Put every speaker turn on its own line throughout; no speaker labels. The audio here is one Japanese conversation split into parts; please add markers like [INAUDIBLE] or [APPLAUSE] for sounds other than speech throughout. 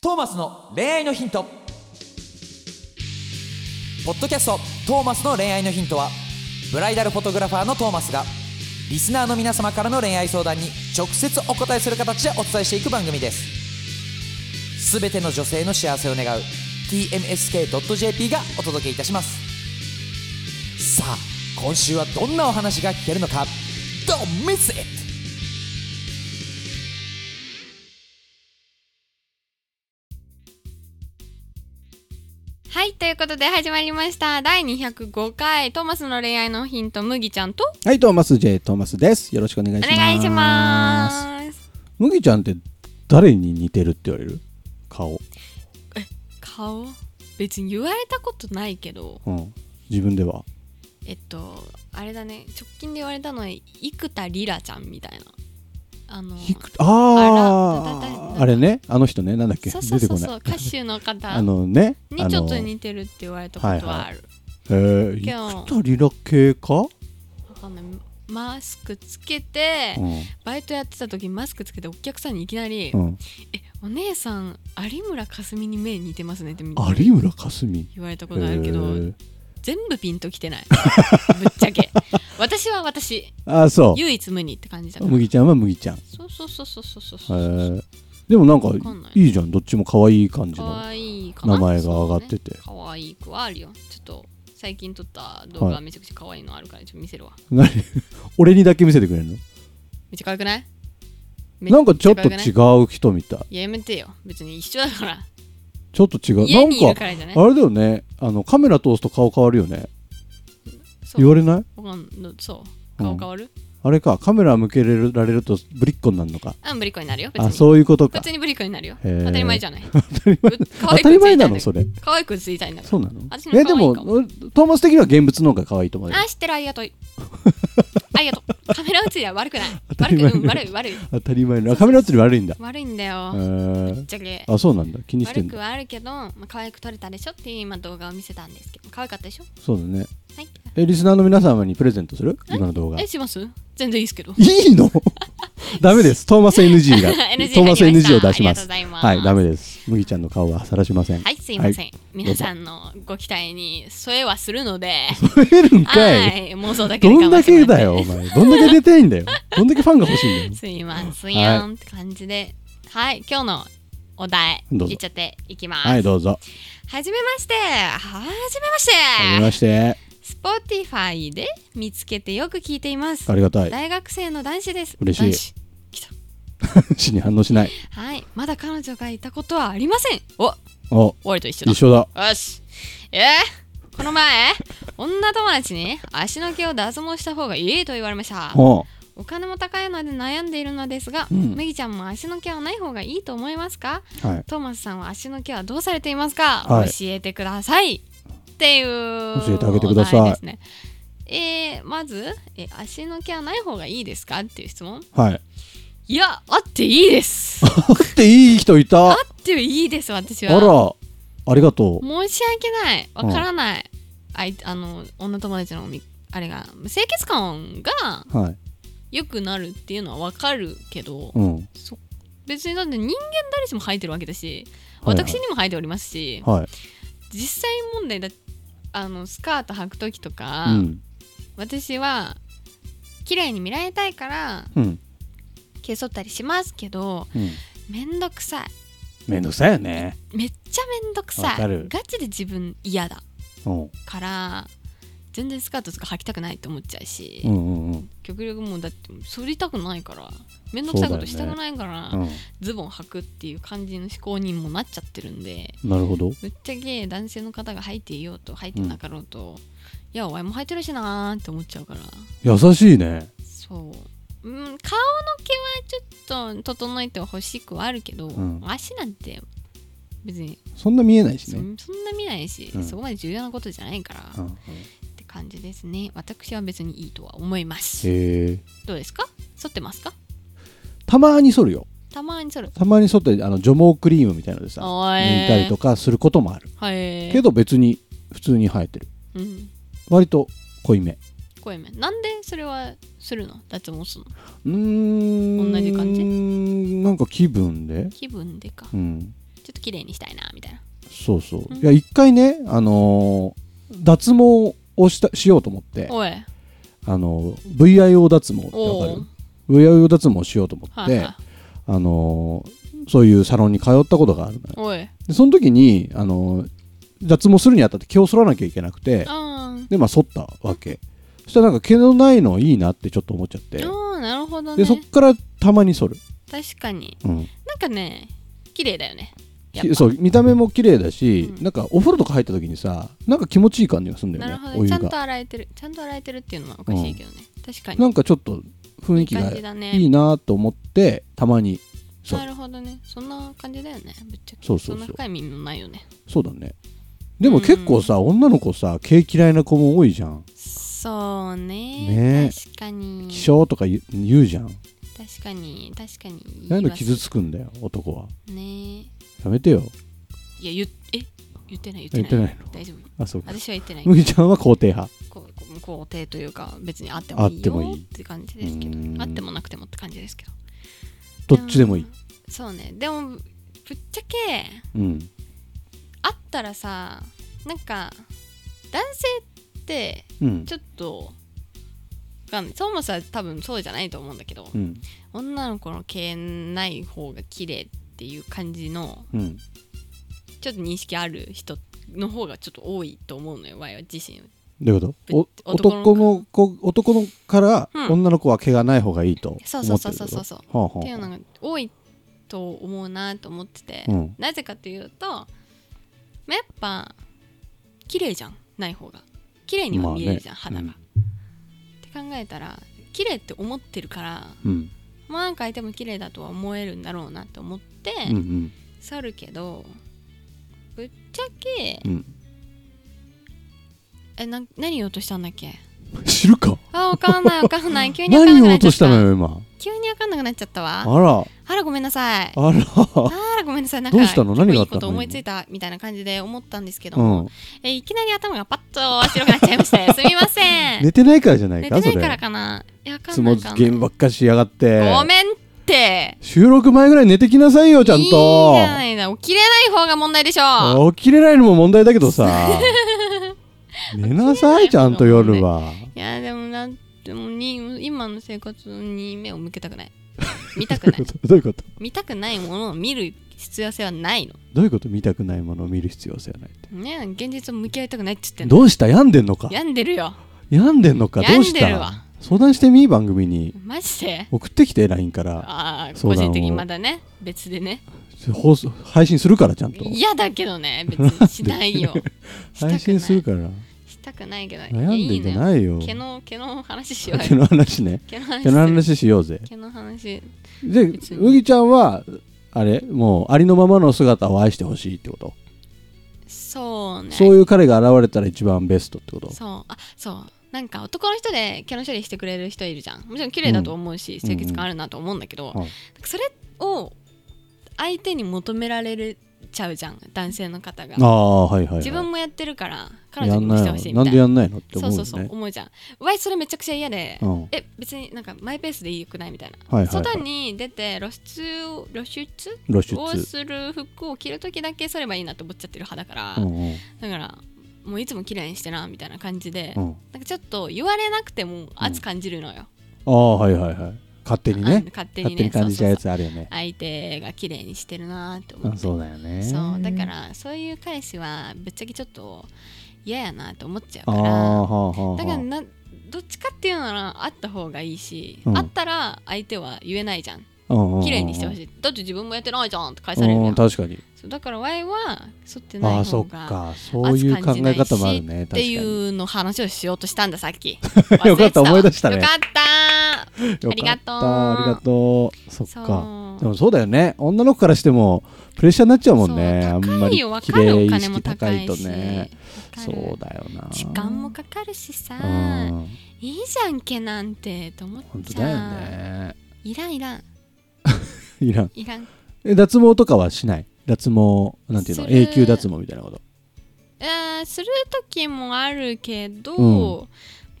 トーマスの恋愛のヒントポッドキャスト「トーマスの恋愛のヒントは」ブライダルフォトグラファーのトーマスがリスナーの皆様からの恋愛相談に直接お答えする形でお伝えしていく番組ですすべての女性の幸せを願う TMSK.jp がお届けいたしますさあ今週はどんなお話が聞けるのか Don't miss it!
はい、ということで始まりました。第205回、トーマスの恋愛のヒント、麦ちゃんと
はい、トーマス J トーマスです。よろしくお願いし
お
ます。
願いします。
麦ちゃんって誰に似てるって言われる顔。
顔別に言われたことないけど、
うん。自分では。
えっと、あれだね、直近で言われたのは、生田リラちゃんみたいな。あの、
ひくあ
あらだだ
あ
だ
あれね、あの人ね、なんだっけ、
そうそう
出
そ
てこ
う
な
そう、
い。
歌手の方
[LAUGHS] あのね、あ
に
の
ちょっと似てるって言われたことはある。
えー、
けど
生田リラ系か、
わかんないマスクつけて、
うん
バイトやってた時マスクつけてお客さんにいきなり「
うん、
えお姉さん有村架純に目似てますね」って言
有村架純。
われたことあるけど、
えー
全部ピンときてない
[LAUGHS]
ぶっちゃけ私は私
あーそ
唯一無二って感じだか
う。
ら
麦ちゃんは麦ちゃん。
そうそうそうそうそうそうそ
え
うそう
ー、でもなんか
わかんない
いいじゃん、どっちも可愛い感じ
か
の。
わいいかな
名前が上がってて
そうねかわいい子はあるよちょっと最近撮った動
は
画
い
めちゃくちゃかわいいのあるからちょっと見せるわ
何 [LAUGHS] 俺にだけ見せてくれるの
めっちゃかわくない
なんかちょっと
め
違
ちゃ可愛くないう
人みたい。
いややめてよ別に一緒だから
ちょっと違う。な
家
ん
にい
か
る。からじゃない
あれだよねあのカメラ通すと顔変わるよね
そう
言われない
わかんのそう顔変わる、
あれかカメラ向けられるとブリッコになるのか
あブリッコになるよ別に
あそういうこと
普
か
通にブリッコになるよ
へー
当たり前じゃない
[LAUGHS] 当たり前
当
当たり前なのそれ
可愛くついたいんだか
そ
ら
うなの
私の
えで
可愛い
も
かも
トーマス的には現物の方が可愛いと思うよ
あ知ってるあり
[LAUGHS]
がとうありがとうカメラ映りは悪くない
当た
悪
り前
く、うん、悪い悪い
当たり前のあカメラ映り悪いんだ
悪いんだよ、
へ
ぶっ
ー
ちゃけ
あそうなんだ気にして
悪
ん
く
だ
はあるけど、まあ、可愛く撮れたでしょっていう今動画を見せたんですけど可愛かったでしょ
そうだね
はい
えリスナーの皆様にプレゼントする今の動画い
えします全然いいですけど
い
[LAUGHS]
のダメですトーマス NG が
NG
トーマス
入りました
NG を出しま
ありがとう
す
ございます
はいダメです麦ちゃんの顔はさらしません
はいすいません、
は
皆さんのご期待に添えはするので
増えるん
は
かい
い妄想だけで
どん
我慢
だ
しま
け
す
だよ、お前。どんだけ出たいんだよ。どんだけファンが欲しいんだよ。
すいませんよんって感じで、はい、今日のお題、
どうぞ
言っちゃっていきます。
は、
[LAUGHS] はい
どうぞ。
じめまして、はじめまし
はじめま
て、
して。
Spotify で見つけてよく聞いています。
ありがたい。
大学生の男子です。
嬉しい
男子
死に反応しない。
はい、まだ彼女がいたことはありません。お、
お、
俺と一緒
一緒だ。
だ。よし。えー、この前、女友達に足の毛を脱毛した方がいいと言われました。
お、
お金も高いので悩んでいるのですが、
うん
麦ちゃんも足の毛はない方がいいと思いますか
はい。
トーマスさんは足の毛はどうされていますか、
はい
教えてくださいっていう
教えてあげてください
お題ですねえー、まずえ足の毛はない方がいいですかっていう質問
はい。
いやあっていいです
[LAUGHS]
あ
食っていい人いた。あ
っていいです私は
ら、ありがとう。
申し訳ないわからない、あいあの女友達のみあれが清潔感が
はい。
良くなるっていうのはわかるけど、
うん。
そ別にだって人間誰しも生えてるわけだし、
はいはい
私にも生えておりますし、
はい。
実際問題だあのスカート履く時とか、
うん。
私は綺麗に見られたいから
うん。
毛剃ったりしますけど
うん。
めんどくさ
めんどくさいよね。
いめっちゃめんどくさ
わ
い
かる
ガチで自分嫌だ
うん。
から全然スカートとか履きたくないって思っちゃうし、
うんうんうん。
極力もうだって剃りたくないからめんどくさいことしたくないから、
う
ズボン履くっていう感じの思考にもなっちゃってるんで
ん。なるほど。
ぶっちゃけ男性の方が入っていようと入ってなかろうと、いやお前も入ってるしなーって思っちゃうから
優しいね。
そう、うん、顔の毛はちょっと整えてほしくはあるけど、
ん
足なんて別に
そんな見えないし
そ,、
ね。
そんな見ないし、
うん
そこまで重要なことじゃないから、
う
っ
ん。
て感じですね私は別にいいとは思います
へえ。
どうですか剃ってますか
たまに剃るよ。
たまに剃る
たまに剃って、あの除毛クリームみたいなのでさ。
おー
抜いたりとかすることもある。
はい
けど別に普通に生えてる
うん
割と濃いめ
声めなんでそれはするの脱毛するの
うーん
同じ感じ
なんか気分で
気分でか
うん
ちょっと綺麗にしたいなみたいな
そうそう、
うん
いや一回ね、あのー脱毛をしたしようと思って、
おい
あのー VIO 脱毛ってわか
お
る
う
VIO 脱毛しようと思っ
はい
て、
はい
あのーそういうサロンに通ったことがあるのよ
おい
でその時に、あのー脱毛するにあたって毛を剃らなきゃいけなくて
あー
でまあ剃ったわけそしたらなんか毛のないのいいなってちょっと思っちゃって、
あーなるほどね
でそっからたまに剃る、
確かに
うん、
なんかね綺麗だよねやっ
き
ぱ
そう見た目も綺麗だし、
うん
なんかお風呂とか入った時にさなんか気持ちいい感じがするんだ
な
よ
る
ね
ほど
お
ね
湯
ちゃん
が
と洗えてるちゃんと洗えてるっていうのはおかしいけどね、確かに
なんかちょっと雰囲気
いい
が
感じだね
いいなと思ってたまにそう
なるほどねそんな感じだよねぶっちゃけ
そうそうそう
そんな深い意味もないよね
そうだねでも結構さ、女の子さ毛嫌いな子も多いじゃん
そうね
ねえ
確かに
気性とか言う言うじゃん
確かに確かに
な
言い
んで
ます
傷つくんだよ男は
ねえ
やめてよ
いや言っえ言ってない言
言
っ
ってて
ない
ないの
大丈夫
あそうか
私は言ってない
麦ちゃんは肯定派
こうこう肯定というか別にあってもいい
あっても
よ
い
っ
い
て感じですけど
うん
あってもなくてもって感じですけど
どっちでもいい
そうねでもぶっちゃけ
うん
あったらさなんか男性って
うん
ちょっとわかんないトーマスは多分そうじゃないと思うんだけど、
うん
女の子の毛ない方が綺麗っていう感じの
うん
ちょっと認識ある人の方がちょっと多いと思うのよわいは自身
どういうことお
男
男
の
の子男のから
うん
女の子は毛がない方がいいと思ってる
そうそうそうそうそうそう
ってことはあはあ
っていうのが多いと思うなと思ってて、
うん
なぜかというとまあやっぱ綺麗じゃんない方が綺麗には見えるじゃん、
まあね
肌が、って考えたら綺麗って思ってるから
うん
まあなんか相手も綺麗だとは思えるんだろうなと思って
うんうん
去るけど、ぶっちゃけ
うん
えな何言おうとしたんだっけ
知るか
あわかんないわかんない
[LAUGHS]
急にわかん
何
なく
言お
なっ
う
ちゃ
と
っ
した
た
のよ今
急にわかんなくなっちゃったわ
あら
あらごめんなさい
あら
あらごめんなさいなんか
どうしたの何があ
結
ったの
構いいこと思いついたみたいな感じで思ったんですけど
う
も、
ん
えいきなり頭がパッと白くなっちゃいましたすみません
寝てないからじゃない
寝
かそ
て
れ
ないからかないやわか
つ
んな
も
い
ず
かん
ゲ
ない
ームばっかしやがって
ごめんって
収録前ぐらい寝てきなさいよちゃん
いいじ
と
ゃないだ起きれない方が問題でしょ
起きれないのも問題だけ
[LAUGHS]
どさ寝なさいちゃんと夜はい
やでもなんでもに今の生活に目を向けたくない見たく
[LAUGHS]
ない
どういうこと
見たくないものを見る必要性はないの
どういうこと見たくないものを見る必要性はないって
ね現実を向き合いたくないっつってんの
どうした病んでんのか
病んでるよ
病んでんのかどうし
病んでるわ
た相談してみ番組に
マジで
送ってきて LINE から
ああ個
相談を
人的にまだね別でね
放送配信するからちゃんと
嫌だけどね別にしない
[LAUGHS]
よしたくない
配信するから
したくないけど
悩んでんじゃ
い
ないよ
やいいのよ毛の毛の話しよう
毛
よ
の話ね
毛の話
毛の話しようぜ
毛の話
で
別に
麦ちゃんはあれもうありのままの姿を愛してほしいってこと
そうね
そういう彼が現れたら一番ベストってこと
そうあそうなんか男の人で毛の処理してくれる人いるじゃんもちろん綺麗だと思うし、
うん
清潔感あるなと思うんだけど、
うん
それを相手に求められるちゃうじゃん男性の方が
ああはいはいはい
自分もやってるから彼
や
女
ん
にも
な
し
い
て
の
ほしいみたいな
なんでやんないのって
そ
思
うう
よ
そう
ね
そう思うじゃんうわいそれめちゃくちゃ嫌で、
うん
え別になんかマイペースでいいよくないみたいな、
はいはいはい
外に出て露出を露出
露出
をする服を着る時だけそればいいなと思っちゃってる派だから、
うんうん
だからもういつも綺麗にしてなみたいな感じで、
うん
なんかちょっと言われなくても圧感じるのよ、
ああはいはいはい勝手に
あ
ね
勝手に
勝
ね
手に感じちゃうや
そうそうそう
つあるよね
相手が綺麗にしてるなと思っ
うん
て
そうだよね
そうだからそういう彼氏はぶっちゃけちょっと嫌やなと思っちゃう
あ
か
あ
ら
はあはあはあ
だからなどっちかっていうならあった方がいいし、
うん
あったら相手は言えないじゃん
うんうん
綺麗にしてほ
い
しいだって自分もやってないじゃんって返されるやん
確かに
そうだからワイは剃ってな
あ
い
あ
方
そっ
が
かそういう考え方もあるね確
っ
か
て
に
いうの話をしようとしたんださっき
[LAUGHS] よかった
忘れてわ
思い出したね
よかった
よか
ありがとう
ったありがとうそっかで
そ
もそうだよね女の子からしてもプレッシャーになっちゃうもんね
そ
あ
うん
まり
高いよわ
綺
かる
麗
お
意
金も
識
高
高
いし
いとね
わかる
そうだよな
時間もかかるしさ
うん
いいじゃんけなんてと思っ
本当
ち
だよ
ゃう、
ね
いらんいらん
いらん
いらん
え脱毛とかはしない脱毛なんていうの
する
永久脱毛みたいなこと
えーする時もあるけど、
う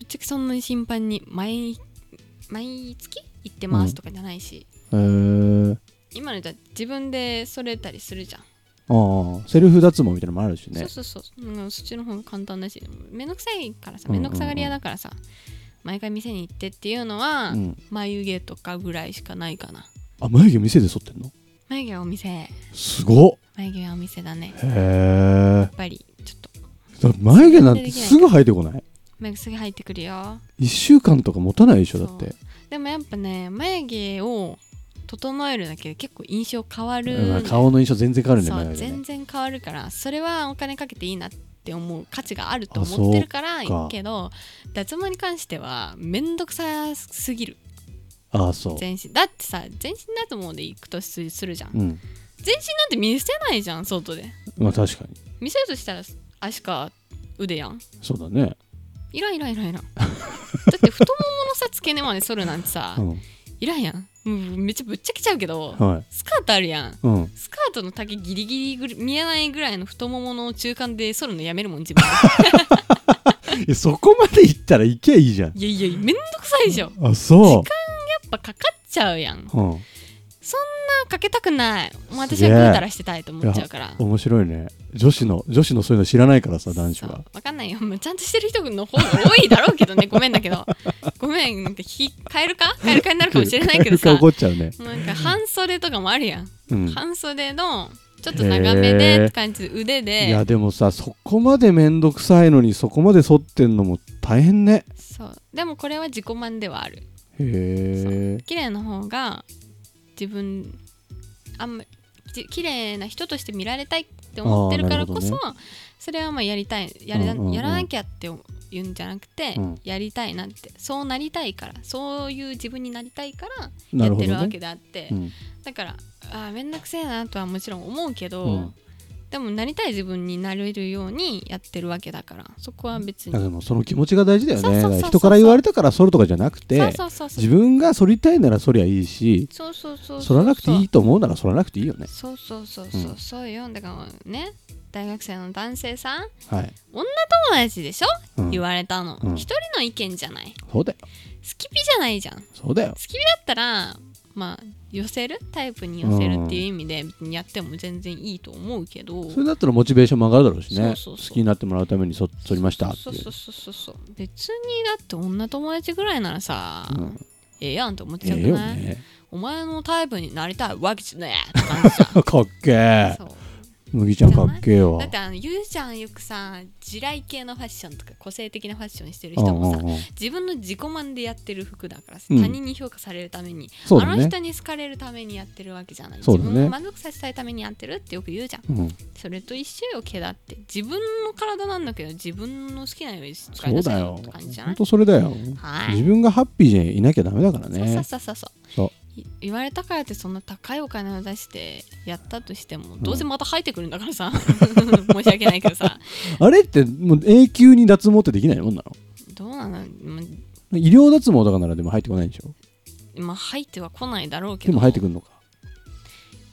ぶっちゃけそんなに頻繁に毎毎月行ってますとかじゃないし、
へえ
今のじゃ自分でそれたりするじゃん
ああセルフ脱毛みたいなのもあるし
そ
ね
うそうそう、うん、そっちの方が簡単だしめんどくさいからさ
うん
め
うん
んどくさがり屋だからさ、毎回店に行ってっていうのは、
うん
眉毛とかぐらいしかないかな
あ眉毛店で剃ってんの
眉毛はお店
すごっ
眉毛はお店だねやっ
へえ
ぱりちょっと
眉毛なんてすぐ生えてこない
眉毛すぐ入ってくるよ
1週間とか持たないでしょだって
でもやっぱね眉毛を整えるだけで結構印象変わるんだよ、
うん顔の印象全然変わるね
そう
眉毛ね
全然変わるからそれはお金かけていいなって思う価値があると思ってるから
あ
い
そうか
いけど脱毛に関しては面倒くさすぎる
ああそう
全身だってさ全身脱毛で行くとすするじゃん、
うん
全身なんて見せないじゃん外で
まあ確かに
見せるとしたら足か腕やん
そうだね
いらんいらんいらんいら
[LAUGHS]
んだって太もものさ付け根まで剃るなんてさ、
うん
いらんやんうんめっちゃぶっちゃけちゃうけど、
はい
スカートあるやん
うん
スカートの丈ギリギリぐらい見えないぐらいの太ももの中間で剃るのやめるもん自分
いやそこまで行ったら行けばいいじゃん [LAUGHS]
いやいやいやめんどくさいでしょやっ
あそ
ぱかかっちゃうやん
ううん
そんなかけたくないもう
す
私
げ
は
え
ぐうたらしてたいと思っちゃうから
面白いね女子の女子のそういうの知らないからさ男子は
そうわかんないよもうちゃんとしてる人の方が多いだろうけどねごめんだけど [LAUGHS] ごめんなんかひ変えるか変えるかになるかもしれないけど
[LAUGHS]
さ
怒っちゃうね
なんか半袖とかもあるやん、
うん
半袖のちょっと長めでって感じで腕
いや
で
でもさそこまで面倒くさいのにそこまで剃ってんのも大変ね
そうでもこれは自己満ではある
へ
綺麗な方が自分あんまじ綺麗な人として見られたいって思ってるからこそ、
あーなる
それはまあやりたいやりな
うんうんうん
やらなきゃって言うんじゃなくて、
うん
やりたいなってそうなりたいからそういう自分になりたいから
えな
やっ
るほ
てる
ど
わ
ね
けであって、
うん
だからあーめんどくせえなとはもちろん思うけど、
うん
でもなりたい自分になれるようにやってるわけだからそこは別
だからで
に。
もその気持ちが大事だよ
そうそう
ね
そうそう
だから人から言われたから剃るとかじゃなくて
そうそうそうそう
自分が剃りたいなら剃りゃいいし
そうそうそうそう
剃らなくていいと思うなら剃らなくていいよね
そうそうそうそう、
うん
そうよだからね大学生の男性さん
はい、
友達でしょ、
うん
言われたの、
うん
一人の意見じゃない
そうだよ
スキピじゃないじゃんだ
そうだよ
ったらまあ寄せるタイプに寄せるっていう意味で別にやっても全然いいと思うけど
それだったらモチベーションも上がるだろうしね
そうそうそう
好きになってもらうために剃剃りましたっていう
そうそうそうそうそう別にだって女友達ぐらいならさ、
うん
ええやんって思っちゃう
ええ
く
よ
ない、
ね
お前のタイプになりたいわけじゃねえ
[LAUGHS]
って感じじゃ
かっけえ
んそう
麦ちゃんかっけえわ
だってあのゆうちゃんよくさ地雷系のファッションとか個性的なファッションしてる人もさ、
うんうんうん
自分の自己満でやってる服だからさ、
うん
他人に評価されるために、
そう
あ
だ
の
ね
人に好かれるためにやってるわけじゃない、
そう
自
だね
分を満足させたいためにやってるってよく言うじゃん
うん
それと一緒よ毛だって自分の体なんだけど自分の好きなように使い
そ
な
う
さ
だ
いよ
よ
って感じじゃな
本
い
当それだよ
はい
自分がハッピーでいなきゃダメだからね
そうそうそうそう
そう
い言われたからってそんな高いお金を出してやったとしてもどうせまた生えてくるんだ
[LAUGHS]
からさ、申し訳ないけどさ
あれってもう永久に脱毛ってできないもんなの
どうなのま
医療脱毛とかならでも入ってこないんでしょ
まあ入っては来ないだろうけ
で
ど
も入ってくるのか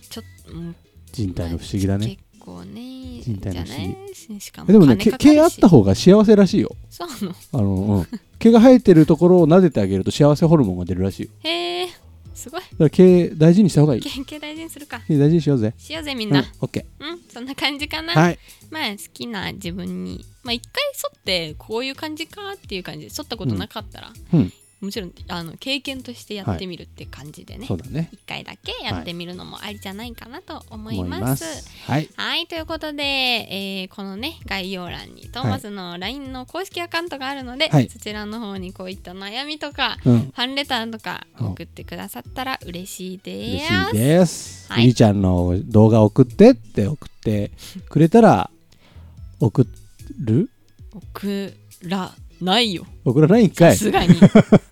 ちょっと、うん
人体の不思議だね
結構ね
人体の不
じゃ
思議
ないししかも
でもね
金
け
かかるし
毛あった方が幸せらしいよ
そうなの
あの、うん、毛が生えてるところを撫でてあげると幸せホルモンが出るらしいよ
へえすごい
だから毛大事にした方がいい
研究大事にするか
毛大事にしようぜ
しようぜみ
み
んな
オッケ
うん、そんな感じかな、
ーはい
まあ好きな自分にまあ一回剃ってこういう感じかっていう感じで剃ったことなかったら、
うん
もちろんあの経験としてやってみるって感じでね、
そうだね
一回だけやってみるのもありじゃないかなと思い
思い
ます。
ますはい
はいということで、えーこのね概要欄にトーマスの LINE の公式アカウントがあるので、
はい
そちらの方にこういった悩みとか、
うん
ファンレターとか
うん
送ってくださったら嬉しいで
嬉
す。
しいです。
はい
みーちゃんの動画送ってって送ってくれたら送る
送らないよ。
送らないんか
さ
い
すが
[LAUGHS]
に。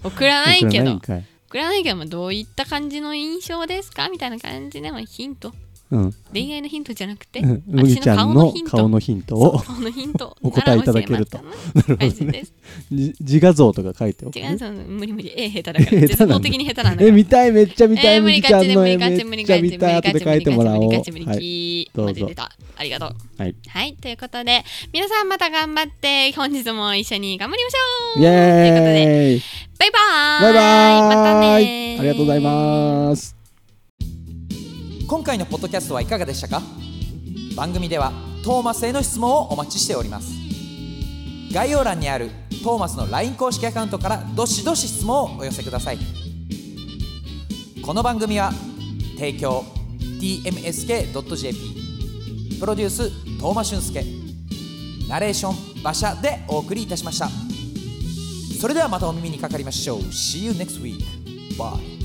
送らないけど。
送らないんかい
送らないけど、まあどういった感じの印象ですかみたいな感じで、まあ、ヒント。
うん。
恋愛のヒントじゃなくて、
[LAUGHS] うん
私
麦ちゃんの顔のヒントを
そう顔のヒント
お答えいただけると
なら教えますかな感じ
[LAUGHS] なるほどね
です。
じ [LAUGHS] 自画像とか書いておく
違う、その無理無理、絵下手だから、
[LAUGHS] 下手な
絶
んだ
望的に下手なんだか
え
ら。
見たいめっちゃ見た
え
い
ー無
麦
理
ち
ガ
ゃん
チ無
の
理
絵
ガ
め
チ
っ
無理
ち
ガ
ゃ
チ無
見
理
たい
ガチ無理
後で書
ガ
いて
チ
も
無理
らおう
ガチ無理ガ
はい
チ
ど
無
う
理
ぞ
出たありがとう
はい
はいということで皆さんまた頑張って本日も一緒に頑張りましょう
イ
というこ
エーイ
とでバイバーイ
バイバーイ
またねー
ありがとうございます
今回のポッドキャストはいかがでしたか番組ではトーマスへの質問をお待ちしております概要欄にあるトーマスの LINE 公式アカウントからどしどし質問をお寄せくださいこの番組は提供 tmsk.jp プロデューストーマ俊介ナレーション馬車でお送りいたしましたそれではまたお耳にかかりましょう See you next week Bye